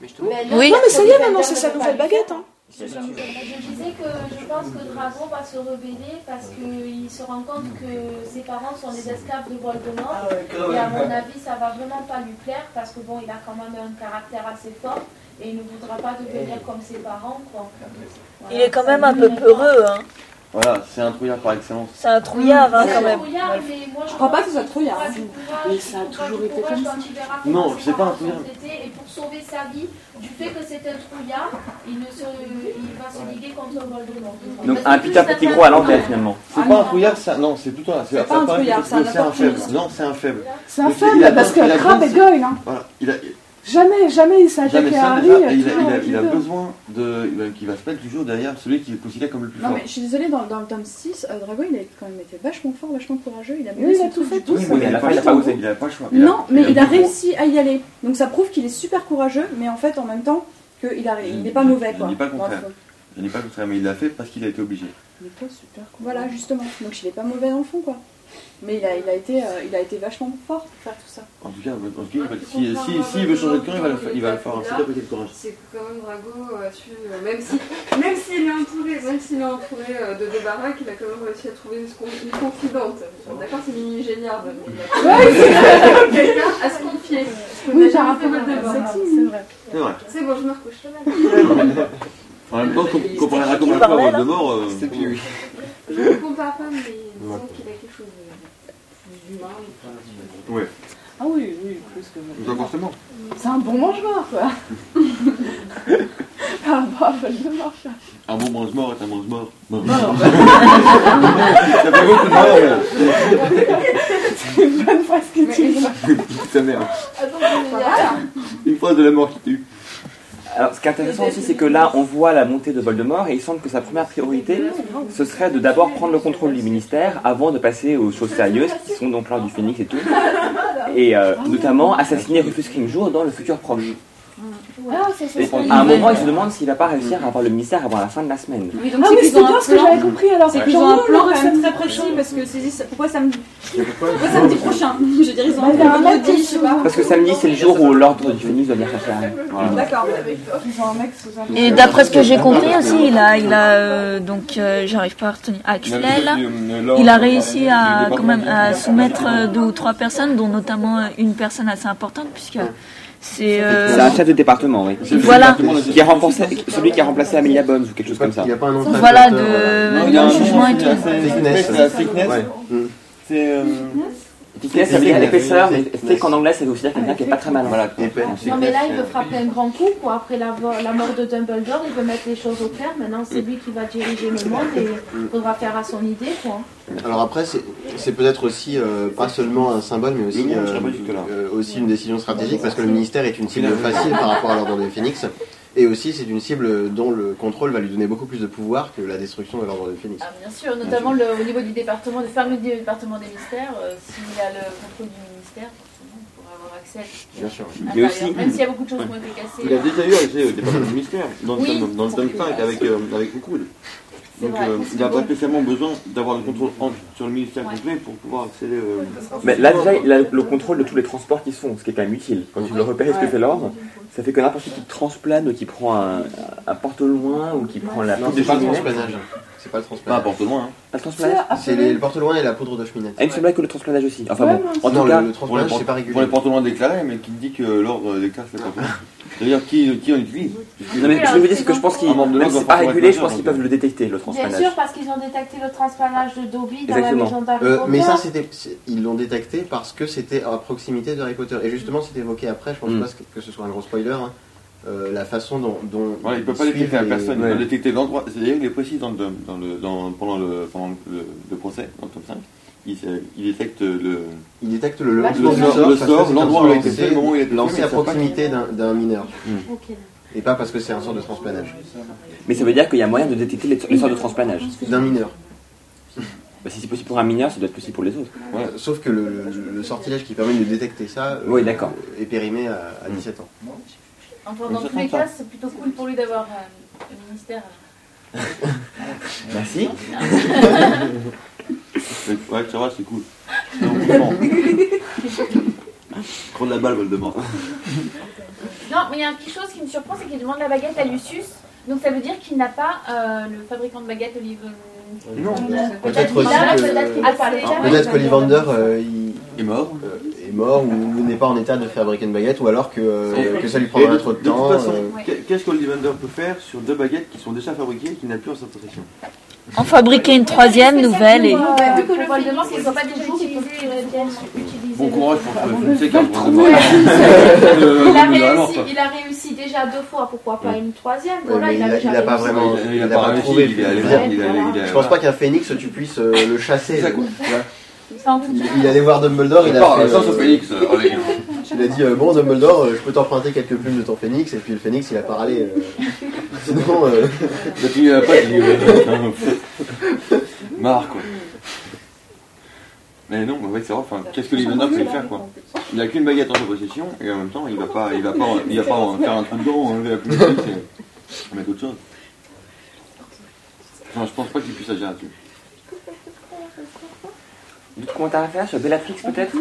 Speaker 2: Oui. Non, mais ça y est, maintenant, c'est sa nouvelle baguette. Hein.
Speaker 10: Je disais que je pense que Drago va se rebeller parce qu'il se rend compte que ses parents sont des esclaves de Voldemort.
Speaker 2: Ah,
Speaker 12: quand
Speaker 10: et à
Speaker 12: même.
Speaker 10: mon avis, ça va vraiment pas lui plaire parce que bon, il a quand même un caractère assez fort et il ne voudra pas devenir comme ses parents. quoi. Voilà.
Speaker 15: Il est quand même un peu peureux, hein.
Speaker 12: Voilà, c'est un trouillard par excellence.
Speaker 15: C'est un trouillard, hein,
Speaker 10: C'est
Speaker 15: quand
Speaker 10: un
Speaker 15: même.
Speaker 10: trouillard, mais moi,
Speaker 5: Ah, Je crois pas que ce
Speaker 10: pense
Speaker 5: soit trouillard,
Speaker 10: qu'il
Speaker 5: hein.
Speaker 10: trouvera du
Speaker 5: Mais
Speaker 10: courage,
Speaker 5: ça a
Speaker 10: il trouvera
Speaker 5: toujours
Speaker 10: du
Speaker 5: été
Speaker 10: courage
Speaker 5: comme
Speaker 10: quand
Speaker 5: ça.
Speaker 10: il verra
Speaker 5: Non,
Speaker 10: comment
Speaker 5: je
Speaker 10: ses
Speaker 5: sais pas, un
Speaker 10: parents
Speaker 5: trouillard.
Speaker 10: sont traités. Et pour sauver sa vie, du fait que c'est un trouillard, il, ne se, il va se liguer contre Voldemort.
Speaker 12: Donc,
Speaker 10: Parce
Speaker 12: un
Speaker 10: que
Speaker 12: Peter
Speaker 10: plus ça
Speaker 12: Pettigrew
Speaker 10: passe-
Speaker 12: à l'envers, finalement.
Speaker 10: Ah,
Speaker 12: C'est
Speaker 10: non.
Speaker 12: pas un trouillard, ça. Non, c'est plutôt un.
Speaker 10: C'est pas un
Speaker 12: pareil,
Speaker 10: trouillard,
Speaker 12: c'est
Speaker 10: c'est
Speaker 12: c'est
Speaker 10: un
Speaker 12: un faible.
Speaker 10: opportuniste.
Speaker 12: Non, c'est un faible.
Speaker 2: C'est un
Speaker 12: Donc, il
Speaker 2: faible
Speaker 12: a-
Speaker 2: parce
Speaker 12: il a
Speaker 2: que Crabbe et
Speaker 12: besoin-
Speaker 2: Goyle. Hein.
Speaker 12: Voilà, il a,
Speaker 2: Jamais, jamais
Speaker 12: Jamais
Speaker 2: il s'attaque à
Speaker 12: ça,
Speaker 2: Harry.
Speaker 12: déjà, et
Speaker 2: tu
Speaker 12: il a,
Speaker 2: vois,
Speaker 12: il a- il a
Speaker 2: les deux.
Speaker 12: besoin de. il va- Qui va se mettre toujours derrière celui qui est considéré comme le plus
Speaker 5: Non,
Speaker 12: fort.
Speaker 5: mais je suis désolée, dans, dans le tome 6, euh, Drago il a quand même été vachement fort, vachement courageux. Il a mené
Speaker 2: Oui, il
Speaker 5: son
Speaker 2: a tout
Speaker 5: truc
Speaker 2: fait
Speaker 5: du tout
Speaker 12: Oui,
Speaker 5: seul.
Speaker 12: mais il a pas, il a pas osé. Il a pas le choix. Il a-
Speaker 5: Non, mais il a
Speaker 12: plus le droit.
Speaker 5: réussi à y aller. Donc ça prouve qu'il est super courageux, mais en fait, en même temps, qu'il a- il n'est pas mauvais.
Speaker 12: Je
Speaker 5: quoi.
Speaker 12: dis pas le contraire.
Speaker 5: Enfin,
Speaker 12: Je dis pas le contraire, mais il l'a fait parce qu'il a été obligé.
Speaker 5: Il est pas super cool. Voilà, justement. Donc il est pas mauvais dans le fond, quoi. Mais il a, il a, été, euh, il a été vachement fort pour faire tout ça.
Speaker 12: En tout cas, en tout cas, il
Speaker 16: Ah,
Speaker 12: va- si, si, si il veut changer de camp, il va le, faire- il va le faire. C'est la petite courage.
Speaker 16: C'est que quand même Drago a su, euh, même si, même s'il est entouré, même s'il est entouré euh, de débarras, qu'il a quand même réussi à trouver une, con- une confidente. Bon, D'accord, c'est Mimi Géniard. mais il a-
Speaker 5: Ouais, c'est vrai.
Speaker 16: Quelqu'un à se confier. Ce qu'on
Speaker 5: Oui,
Speaker 16: n'a
Speaker 5: j'ai
Speaker 16: jamais fait
Speaker 5: rappelé,
Speaker 16: Voldemort.
Speaker 5: c'est vrai.
Speaker 12: C'est vrai.
Speaker 16: C'est bon, je me recouche.
Speaker 12: En même temps, com- comparé à comparé à Voldemort, euh, c'est plus.
Speaker 16: Je ne compare pas, mais disons qu'il a quelque chose de- d'humain.
Speaker 12: Ouais.
Speaker 2: Ah oui, oui, plus que
Speaker 12: Donc forcément.
Speaker 2: C'est un bon mangeur, quoi. Par
Speaker 5: Ah,
Speaker 2: rapport à
Speaker 5: bah,
Speaker 2: Voldemort. quoi.
Speaker 12: Un bon mange-mort est un mange-mort. Non,
Speaker 2: non.
Speaker 12: Il y a pas beaucoup de morts,
Speaker 2: C'est une bonne fois ce que tu dis.
Speaker 12: mais. Sa mère.
Speaker 10: Ah,
Speaker 16: Attends, je vais dire.
Speaker 12: Une phrase de la mort qui tue.
Speaker 4: Alors, ce qui est intéressant aussi, c'est que là, on voit la montée de Voldemort et il semble que sa première priorité, ce serait de d'abord prendre le contrôle du ministère avant de passer aux choses sérieuses, qui sont donc l'heure du phénix et tout. Et euh, notamment assassiner Rufus Grimjour dans le futur proche.
Speaker 10: Ah, c'est ça.
Speaker 4: Et à un moment, il se demande s'il va pas réussir à avoir le ministère avant la fin de la semaine.
Speaker 5: ah oui, c'est bien ce que j'avais compris
Speaker 4: Ouais.
Speaker 5: alors. C'est qu'ils
Speaker 4: Ils
Speaker 5: ont
Speaker 4: ont
Speaker 5: un
Speaker 4: un
Speaker 5: plan quand même très précis parce que c'est dit, pourquoi samedi Pourquoi samedi prochain Je dirais ils ont
Speaker 2: Bah, il y a un
Speaker 5: un plan
Speaker 2: mec
Speaker 5: de
Speaker 2: qui
Speaker 5: je sais pas.
Speaker 4: Parce que samedi, c'est le jour où l'ordre du phénix doit venir chercher Harry.
Speaker 5: D'accord.
Speaker 2: Ils ont un mec sous un
Speaker 3: Et d'après ce que j'ai compris aussi, il a, il a euh, donc euh, j'arrive pas à retenir Axel. Il a réussi à quand même à soumettre euh, deux ou trois personnes, dont notamment euh, une personne assez importante puisque c'est euh,
Speaker 4: C'est un chef de département, oui.
Speaker 3: Voilà.
Speaker 4: Qui a remplacé, celui qui a remplacé Amelia Bones ou quelque chose comme ça. Il n'y a pas un
Speaker 3: voilà euh, de, de jugement et tout.
Speaker 12: C'est Thickness. C'est. euh,
Speaker 4: Thickness, ça veut dire l'épaisseur, mais thick en anglais, ça veut aussi dire quelqu'un qui est pas très malin. Voilà,
Speaker 10: Non mais là il veut frapper un grand coup quoi. Après la, vo- la mort de Dumbledore, il veut mettre les choses au clair. Maintenant c'est lui qui va diriger le monde et il faudra faire à son idée quoi.
Speaker 6: Alors après, c'est- c'est peut-être aussi euh, pas seulement un symbole, mais aussi, euh, euh, aussi une décision stratégique, parce que le ministère est une cible facile par rapport à l'ordre du Phoenix, et aussi c'est une cible dont le contrôle va lui donner beaucoup plus de pouvoir que la destruction de l'ordre du Phoenix.
Speaker 9: Ah, Bien sûr, notamment le- au niveau du département, des fameux du département des mystères, euh, s'il a le contrôle du ministère, forcément, on pourra avoir accès à
Speaker 12: Bien sûr.
Speaker 9: à
Speaker 12: Il y a
Speaker 9: l'intérieur,
Speaker 12: aussi-
Speaker 9: même s'il y a beaucoup de choses qui ont été cassées.
Speaker 12: Il a déjà eu accès au département du ministère, dans le
Speaker 9: Oui,
Speaker 12: tome- dans le tome 5 avec, euh, avec Hukul.
Speaker 9: C'est
Speaker 12: Donc
Speaker 9: vrai,
Speaker 12: euh,
Speaker 9: c'est
Speaker 12: il n'a
Speaker 9: bon.
Speaker 12: pas spécialement besoin d'avoir le contrôle en- sur le ministère complet pour pouvoir accéder. euh,
Speaker 4: Mais là, déjà, il a le contrôle de tous les transports qui sont, ce qui est quand même utile. Quand tu veux repérer ce que fait l'ordre, ça fait que n'importe qui qui transplane ou qui prend un, un porte au loin ou qui prend la
Speaker 6: Non,
Speaker 4: poudre
Speaker 6: c'est
Speaker 4: de
Speaker 6: pas le
Speaker 4: cheminée.
Speaker 6: transplanage. C'est pas le transplanage.
Speaker 4: Pas un porte-loin, hein. Pas le transplanage.
Speaker 6: Bah, C'est les- le porte-loin et la poudre de cheminée.
Speaker 4: Ah, il me semblait que le transplanage aussi. Enfin
Speaker 6: Ouais,
Speaker 4: bon,
Speaker 6: non,
Speaker 4: en
Speaker 6: c'est- Non,
Speaker 4: tout
Speaker 6: le-
Speaker 4: cas,
Speaker 6: le
Speaker 12: pour les
Speaker 6: transplanage,
Speaker 12: port-
Speaker 6: c'est pas régulier.
Speaker 12: Pour les portements déclarés, mais qui dit que l'ordre déclare c'est pas possible. C'est-à-dire qui, qui en utilise
Speaker 4: Non, mais ce que je veux dire, c'est que je pense qu'ils,
Speaker 12: Un membre de
Speaker 4: même si
Speaker 12: l'ordre
Speaker 4: c'est pas
Speaker 12: doit pouvoir
Speaker 4: régulé,
Speaker 12: être
Speaker 4: je pense qu'ils peuvent le détecter, le
Speaker 10: Bien
Speaker 4: transplanage.
Speaker 10: sûr parce qu'ils ont détecté le transpanage de Dobby dans la maison
Speaker 6: Exactement.
Speaker 10: d'Harry
Speaker 6: Euh, mais ça,
Speaker 10: Potter.
Speaker 6: c'était, c'est- ils l'ont détecté parce que c'était à proximité de Harry Potter. Et justement, c'était évoqué après, je pense
Speaker 12: Mm.
Speaker 6: pas que- que ce soit un gros spoiler, hein, euh, la façon dont. dont
Speaker 12: Voilà, il ne peut pas
Speaker 6: suivent
Speaker 12: détecter la
Speaker 6: les-
Speaker 12: personne, il
Speaker 6: Ouais.
Speaker 12: peut détecter l'endroit. C'est-à-dire qu'il est précis dans le, dans le, dans, pendant, le, pendant le, le procès, dans le tome 5. Il, sait- il détecte le.
Speaker 6: Il détecte le,
Speaker 10: Bah,
Speaker 12: le,
Speaker 6: lancement du
Speaker 12: sort, le
Speaker 6: parce que
Speaker 12: sort,
Speaker 6: c'est un
Speaker 12: l'endroit
Speaker 6: sort
Speaker 12: où il a été
Speaker 6: lancé-
Speaker 12: fait, le moment où il a été
Speaker 6: lancé
Speaker 12: fait, mais
Speaker 6: à
Speaker 12: il sait pas
Speaker 6: proximité d'un, d'un mineur.
Speaker 12: Mm.
Speaker 10: Ok.
Speaker 6: Et pas parce que c'est un sort de transplanage.
Speaker 4: Mais ça veut dire qu'il y a moyen de détecter les, les sorts de transplanage.
Speaker 6: D'un mineur.
Speaker 4: Bah, si c'est possible pour un mineur, ça doit être possible pour les autres.
Speaker 6: Ouais, Sauf que le, le- le sortilège qui permet de détecter ça euh,
Speaker 4: Oui, d'accord.
Speaker 6: est périmé à, à 17 ans.
Speaker 9: Enfin,
Speaker 6: Mais
Speaker 9: dans
Speaker 6: ça
Speaker 9: tous les
Speaker 6: prend pas.
Speaker 9: cas, c'est plutôt cool pour lui d'avoir euh, le ministère.
Speaker 4: Merci.
Speaker 12: Ouais, ça va, c'est cool. Non, vraiment. Prends de la balle, Voldemort.
Speaker 9: Non, mais il y a une petite chose qui me surprend, c'est qu'il demande la baguette à Lucius. Donc ça veut dire qu'il n'a pas euh, le fabricant de baguettes Olive. euh,
Speaker 6: Non.
Speaker 9: Peut-être
Speaker 6: Peut-être
Speaker 9: qu'il
Speaker 6: aussi
Speaker 9: a,
Speaker 6: que-
Speaker 9: peut-être qu'il a pas les
Speaker 12: Ah.
Speaker 6: Alors, Ah, Peut-être qu'Ollivander euh, il- est mort, euh, est mort ou n'est pas en état de fabriquer une baguette, ou alors que, euh, que ça lui
Speaker 12: Et
Speaker 6: prendra
Speaker 12: de-
Speaker 6: trop de
Speaker 12: de toute
Speaker 6: temps.
Speaker 12: façon,
Speaker 6: euh,
Speaker 12: qu'est- qu'est-ce qu'Ollivander peut faire sur deux baguettes qui sont déjà fabriquées et qui n'a plus en sa possession
Speaker 3: En fabriquer une troisième nouvelle et.
Speaker 10: Bah, vu que
Speaker 9: Pour
Speaker 10: le
Speaker 9: Voldemort,
Speaker 10: Voldemort,
Speaker 9: ils ont
Speaker 10: ils n'ont
Speaker 9: pas
Speaker 10: pas
Speaker 9: déjà
Speaker 10: déjà utilisé le
Speaker 12: Bon courage pour toi, je ne sais qu'un bon
Speaker 10: Il a,
Speaker 12: Euh, alors,
Speaker 10: réussi,
Speaker 12: quoi.
Speaker 10: il a réussi déjà deux fois, pourquoi pas une troisième
Speaker 6: Ouais,
Speaker 10: Voilà,
Speaker 6: mais
Speaker 10: il a
Speaker 6: il
Speaker 10: déjà
Speaker 6: n'a pas
Speaker 10: réussi.
Speaker 6: vraiment
Speaker 12: Il a- il a
Speaker 6: il a
Speaker 12: pas
Speaker 6: pas
Speaker 12: réussi,
Speaker 6: trouvé.
Speaker 12: il est
Speaker 6: je
Speaker 12: allé voir,
Speaker 6: pense-
Speaker 12: il est allé- il est allé
Speaker 6: Je pense
Speaker 12: voir.
Speaker 6: pas qu'un phénix tu puisses euh, le chasser.
Speaker 12: C'est ça, quoi.
Speaker 6: Tu vois.
Speaker 9: Enfin, en tout cas,
Speaker 6: Il est allé voir Dumbledore, il a
Speaker 12: Par
Speaker 6: fait,
Speaker 12: essence
Speaker 6: euh,
Speaker 12: au phénix, euh, allez.
Speaker 6: Il a dit euh, bon Dumbledore, euh, je peux t'emprunter quelques plumes de ton phénix et puis le phénix il a parlé. euh, Sinon, euh,
Speaker 12: Il a fini la pâte, il est Marre quoi. Mais non, mais ouais, c'est vrai,
Speaker 4: hein.
Speaker 12: enfin, qu'est-ce que Ollivander peut lui faire quoi Il n'a qu'une baguette en sa possession et en même temps il va pas, il va pas, il va pas en faire un trou dedans, enlever la plume, c'est mettre autre chose. Non, je pense pas qu'il puisse agir là-dessus.
Speaker 4: D'autres commentaires à faire sur Bellatrix peut-être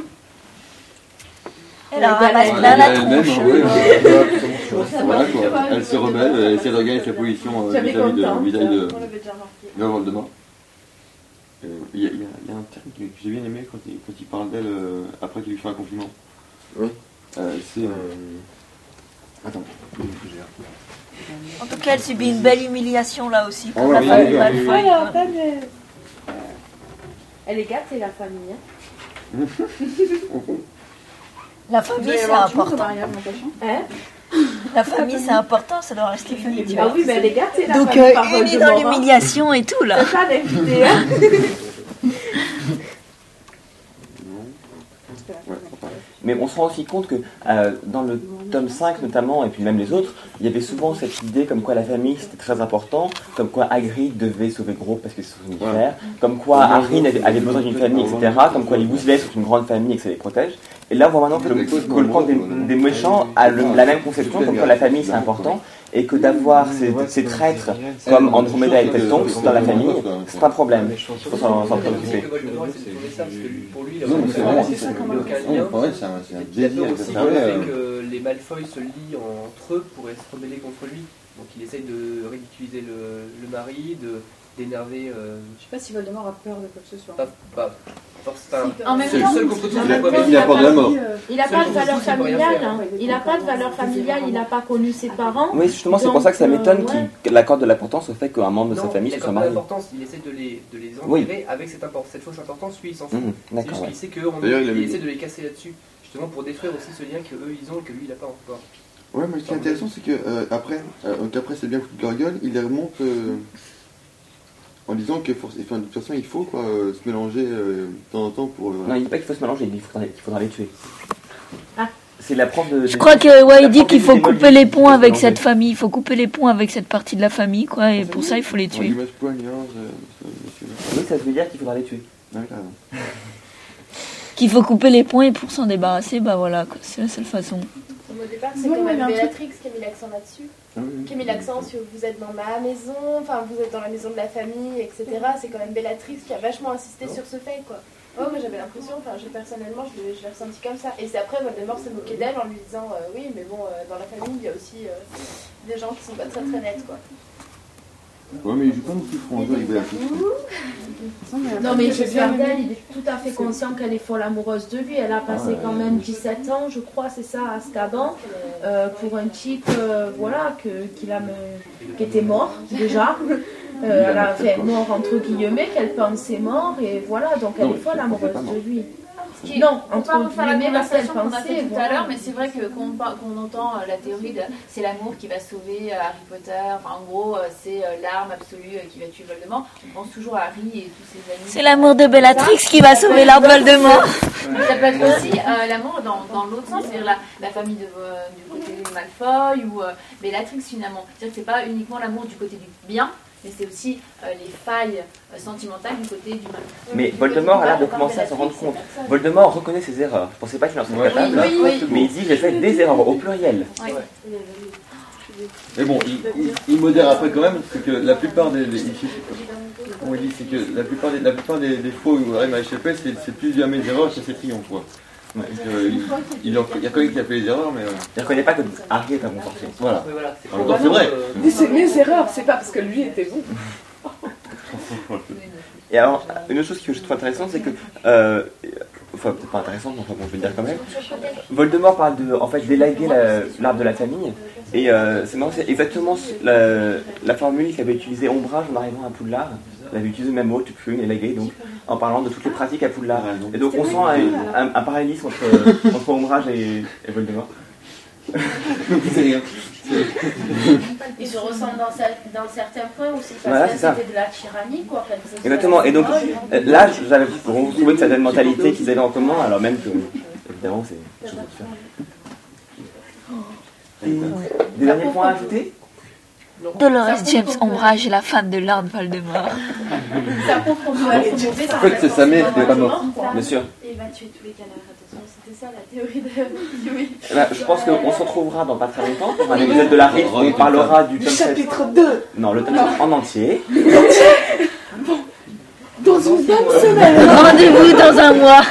Speaker 15: Elle a ramassé
Speaker 12: Ouais,
Speaker 15: plein la
Speaker 12: elle même,
Speaker 15: tronche.
Speaker 12: hein, ouais,
Speaker 15: Ouais,
Speaker 12: ouais. Voilà, quoi.
Speaker 15: ouais.
Speaker 12: Elle se rebelle, euh, elle essaie de regagner sa position euh,
Speaker 15: J'avais
Speaker 12: vis-à-vis
Speaker 15: content,
Speaker 12: de- vis-à-vis de,
Speaker 15: on l'avait déjà remarqué.
Speaker 12: de Voldemort. Euh, Il y, a- il y a il y a un terme que, que j'ai bien aimé quand il, quand il parle d'elle euh, après qu'il lui fait un compliment.
Speaker 6: Oui.
Speaker 12: c'est. euh, Attends.
Speaker 15: En tout cas, elle subit une belle humiliation là aussi.
Speaker 12: Ah ouais,
Speaker 15: Comme la
Speaker 12: oui,
Speaker 15: famille
Speaker 12: oui,
Speaker 15: Malfoy.
Speaker 12: oui, oui.
Speaker 10: Ah,
Speaker 15: quoi.
Speaker 10: Elle est gâtée, la famille.
Speaker 9: hein.
Speaker 15: La famille, c'est important.
Speaker 10: Hein
Speaker 15: La famille, c'est important, ça doit rester familial.
Speaker 10: Ah oui, mais elle est gâtée, la
Speaker 15: Donc,
Speaker 10: famille,
Speaker 15: euh,
Speaker 10: par
Speaker 15: unie
Speaker 10: Voldemort,
Speaker 15: dans
Speaker 10: hein.
Speaker 15: l'humiliation et tout, là.
Speaker 10: C'est ça, l'invité, hein
Speaker 4: Mais on se rend aussi compte que euh, dans le tome 5 notamment, et puis même les autres, il y avait souvent cette idée comme quoi la famille c'était très important, comme quoi Hagrid devait sauver Gros parce que c'est son frère, comme quoi Harry n'avait- avait besoin d'une famille, etc., comme quoi les Weasley sont une grande famille et que ça les protège. Et là on voit maintenant que le, que le camp des, des méchants a le- la même conception, comme quoi la famille c'est Euh, important, et que d'avoir ces, ces traîtres comme Andromeda et Peltonx dans la famille, c'est un problème. Il faut s'en s'en préoccuper.
Speaker 13: Pour lui,
Speaker 12: Ah Non, mais c'est vraiment-
Speaker 13: c'est ça comme un
Speaker 12: Non, ouais, c'est un- c'est un délire.
Speaker 13: aussi
Speaker 12: c'est
Speaker 13: le
Speaker 12: vrai,
Speaker 13: fait
Speaker 12: euh,
Speaker 13: que les Malfoy se lient entre eux pour se rebeller contre lui. Donc il essaye de ridiculiser le, le mari, de-
Speaker 17: d'énerver. euh,
Speaker 5: Je sais pas si Voldemort a peur de quoi que ce soit.
Speaker 17: pas, pas, forcément.
Speaker 10: En même
Speaker 17: C'est le
Speaker 10: temps,
Speaker 17: seul contre
Speaker 10: en
Speaker 17: tout,
Speaker 10: même
Speaker 17: il a
Speaker 10: temps,
Speaker 17: pas-
Speaker 10: il a pas dit, euh, Il n'a
Speaker 17: Seul
Speaker 10: pas de
Speaker 17: contre
Speaker 10: valeur
Speaker 17: tout, il peut rien
Speaker 10: familiale.
Speaker 17: faire.
Speaker 10: hein. Il n'a pas de valeur familiale. Il n'a pas connu
Speaker 9: Ah.
Speaker 10: ses parents.
Speaker 4: Oui, justement, c'est pour
Speaker 10: Donc,
Speaker 4: ça que ça
Speaker 10: euh,
Speaker 4: m'étonne
Speaker 10: ouais.
Speaker 4: qu'il accorde de l'importance au fait qu'un membre de
Speaker 17: Non,
Speaker 4: sa famille
Speaker 17: il
Speaker 4: se
Speaker 17: accorde
Speaker 4: soit
Speaker 17: pas
Speaker 4: marié.
Speaker 17: d'importance, il essaie de les, de les
Speaker 4: Oui.
Speaker 17: enterrer avec cette, impor- cette fausse importance, lui il s'en fout.
Speaker 4: Mhm,
Speaker 17: c'est
Speaker 4: d'accord,
Speaker 17: juste
Speaker 4: ouais.
Speaker 17: qu'il sait qu'on
Speaker 12: D'ailleurs, il a mis-
Speaker 17: essaie de les casser là-dessus, justement pour détruire aussi ce lien que eux ils ont et que lui il n'a pas encore.
Speaker 12: Ouais, mais ce qui est intéressant, c'est que euh, après, euh, donc après c'est bien foutu de leur gueule, ils les remontent euh, en disant que forc- enfin, de toute façon il faut quoi, euh, se mélanger euh, de temps en temps pour.
Speaker 4: Non, il dit pas qu'il faut se mélanger, il dit qu'il faudra, qu'il faudra les tuer.
Speaker 10: Ah.
Speaker 4: C'est la prof de.
Speaker 3: Je crois que ouais, il dit qu'il faut couper les ponts avec cette famille, il faut couper les ponts avec cette partie de la famille, quoi, et pour ça il faut les tuer.
Speaker 12: euh,
Speaker 4: Oui, ça veut dire qu'il faudra les tuer.
Speaker 3: Qu'il faut couper les ponts et pour s'en débarrasser, bah voilà, quoi, c'est la seule façon.
Speaker 9: Au départ, c'est
Speaker 2: Non,
Speaker 9: quand
Speaker 2: mais il y
Speaker 9: même
Speaker 2: a un
Speaker 9: Béatrix qui a mis l'accent là-dessus.
Speaker 10: Ah
Speaker 9: Qui a mis l'accent sur vous êtes dans ma maison, enfin vous êtes dans la maison de la famille, etc. C'est quand même Bellatrix qui a vachement insisté sur ce fait, quoi. Oh, moi j'avais l'impression, enfin je, personnellement je l'ai je l'ai ressenti comme ça. Et c'est après Voldemort se moquer d'elle en lui disant euh, oui, mais bon, euh, dans la famille il y a aussi euh, des gens qui sont pas très très nets, quoi.
Speaker 12: Ouais, mais il joue pas non plus franc jeu avec Béatrix.
Speaker 10: Non, mais je Gardel, il est tout à fait conscient qu'elle est folle amoureuse de lui. Elle a passé
Speaker 12: ouais.
Speaker 10: quand même 17 ans, je crois, c'est ça, à Azkaban, euh, pour un type euh, voilà, que, qu'il aime, euh, qui était mort déjà. Euh, elle a fait mort entre guillemets, qu'elle pensait mort, et voilà, donc elle
Speaker 9: Non,
Speaker 10: est folle
Speaker 9: elle
Speaker 10: amoureuse
Speaker 9: pensait pas
Speaker 10: de lui.
Speaker 7: Qui-
Speaker 10: Non,
Speaker 7: on
Speaker 10: entre
Speaker 7: part refaire la
Speaker 10: guillemets, parce qu'elle
Speaker 7: conversation qu'on a
Speaker 10: pensait.
Speaker 7: fait tout à
Speaker 10: voilà.
Speaker 7: l'heure, mais c'est vrai que quand on, par- qu'on entend euh, la théorie de c'est l'amour qui va sauver euh, Harry Potter, enfin, en gros euh, c'est euh, l'arme absolue euh, qui va tuer Voldemort, on pense toujours à Harry et tous ses amis.
Speaker 3: C'est l'amour de Bellatrix
Speaker 7: Ça,
Speaker 3: qui va
Speaker 7: ça peut
Speaker 3: sauver
Speaker 7: être-
Speaker 3: l'arbre Voldemort.
Speaker 7: Mais Ça peut être aussi euh, l'amour dans, dans l'autre sens, c'est-à-dire la, la famille de, euh, du côté de Malfoy ou euh, Bellatrix finalement. C'est-à-dire que c'est pas uniquement l'amour du côté du bien, mais c'est aussi euh, les failles euh, sentimentales du côté du mal.
Speaker 4: Mais
Speaker 7: Du côté
Speaker 4: Voldemort
Speaker 7: du
Speaker 4: a l'air de
Speaker 7: mal, par
Speaker 4: commencer à s'en
Speaker 7: Bellatrix,
Speaker 4: rendre compte.
Speaker 7: c'est personne.
Speaker 4: Voldemort reconnaît ses erreurs. Je pensais pas qu'il en serait
Speaker 7: Ouais,
Speaker 4: capable. hein.
Speaker 7: oui, oui.
Speaker 4: Mais il dit j'ai fait des erreurs au pluriel.
Speaker 7: Ouais.
Speaker 12: Mais bon, il, il- il modère après quand même, c'est que la plupart des. des- il- comment il dit, c'est que la plupart des, la plupart des, des fois où Harry m'a échappé, c'est c'est plus via mes erreurs que ses triomphes, quoi. Donc, euh, il, il, en- il reconnaît qu'il a fait des erreurs, mais. euh,
Speaker 4: Il reconnaît pas que Harry est un bon sorcier.
Speaker 12: Voilà.
Speaker 17: Oui, voilà,
Speaker 12: En même temps, Ah, c'est vrai.
Speaker 2: Mais c'est mes erreurs, c'est pas parce que lui était bon.
Speaker 4: Et alors, une autre chose que je trouve intéressante, c'est que. euh, enfin, peut-être pas intéressante, mais enfin, bon, je vais le dire quand même. Voldemort parle de, en fait, d'élaguer la- l'arbre de la famille. Et euh, c'est marrant, c'est exactement ce- la, la formule qu'avait utilisée Ombrage en arrivant à Poudlard. Elle avait utilisé le même mot, tu peux élaguer, donc, en parlant de toutes les pratiques à Poudlard. Et donc, on sent un, un- un parallélisme entre, entre Ombrage et, et Voldemort. c'est rien.
Speaker 9: Ils se ressemblent dans, cer- dans certains points aussi, parce
Speaker 4: Voilà,
Speaker 9: que
Speaker 4: c'est ça.
Speaker 9: c'était de la tyrannie, quoi. enfin, que ce soit
Speaker 4: Exactement, et donc
Speaker 7: Ah
Speaker 9: la mode,
Speaker 4: euh, là, j'avais retrouvé une certaine mentalité qu'ils avaient en commun, alors même que, évidemment, c'est quelque chose de différent. Des, des derniers points à ajouter
Speaker 3: Dolores James Ombrage est la femme de l'arbre Voldemort.
Speaker 9: Ça prouve qu'on doit être mauvais par
Speaker 4: En fait, c'est
Speaker 9: rapport
Speaker 4: sa mère
Speaker 9: au
Speaker 4: qui est pas morte.
Speaker 9: gouvernement, quoi.
Speaker 4: Bien sûr.
Speaker 9: Et il va tuer tous les canards, attention, c'était ça la théorie de oui.
Speaker 4: Eh ben, Je pense qu'on se retrouvera dans pas très longtemps pour un épisode de la RIF où on parlera du
Speaker 1: Le
Speaker 4: tome 7.
Speaker 1: chapitre 2
Speaker 4: Non, le tome 7 en entier.
Speaker 1: dans une bonne semaine.
Speaker 3: Rendez-vous dans un mois.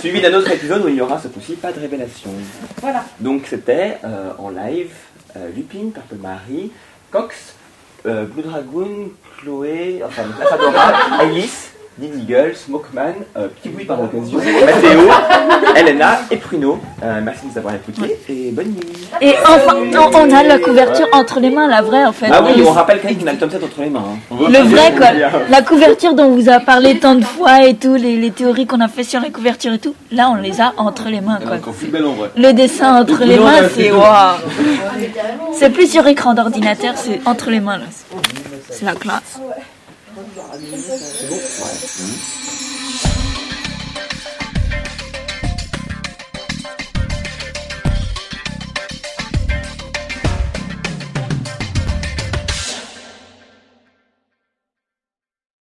Speaker 4: Suivi d'un autre épisode où il y aura cette coup-ci pas de révélation.
Speaker 1: Voilà.
Speaker 4: Donc c'était euh, en live euh, Lupin, Purple Marie, Cox, euh, Blue Dragoon, Chloé, enfin la Fadora, Alice, Did Eagle, Smokeman, euh, Petit Boui par occasion, Mathéo, Elena et Pruno. Euh, merci de nous avoir écoutés et bonne nuit.
Speaker 3: Et enfin, on, on a la couverture entre les mains, la vraie en fait.
Speaker 4: Ah oui, on rappelle quand même qu'on a le tome 7 entre les mains. hein.
Speaker 3: Le vrai quoi, la couverture dont on vous a parlé tant de fois et tout, les, les théories qu'on a fait sur la couverture et tout, là on les a entre les mains quoi.
Speaker 12: Encore plus belle en vrai.
Speaker 3: Le dessin entre les
Speaker 12: Non,
Speaker 3: mains
Speaker 12: là,
Speaker 3: c'est waouh. C'est plus sur écran d'ordinateur, c'est entre les mains là. C'est la classe.
Speaker 4: C'est bon Ouais. Mhm.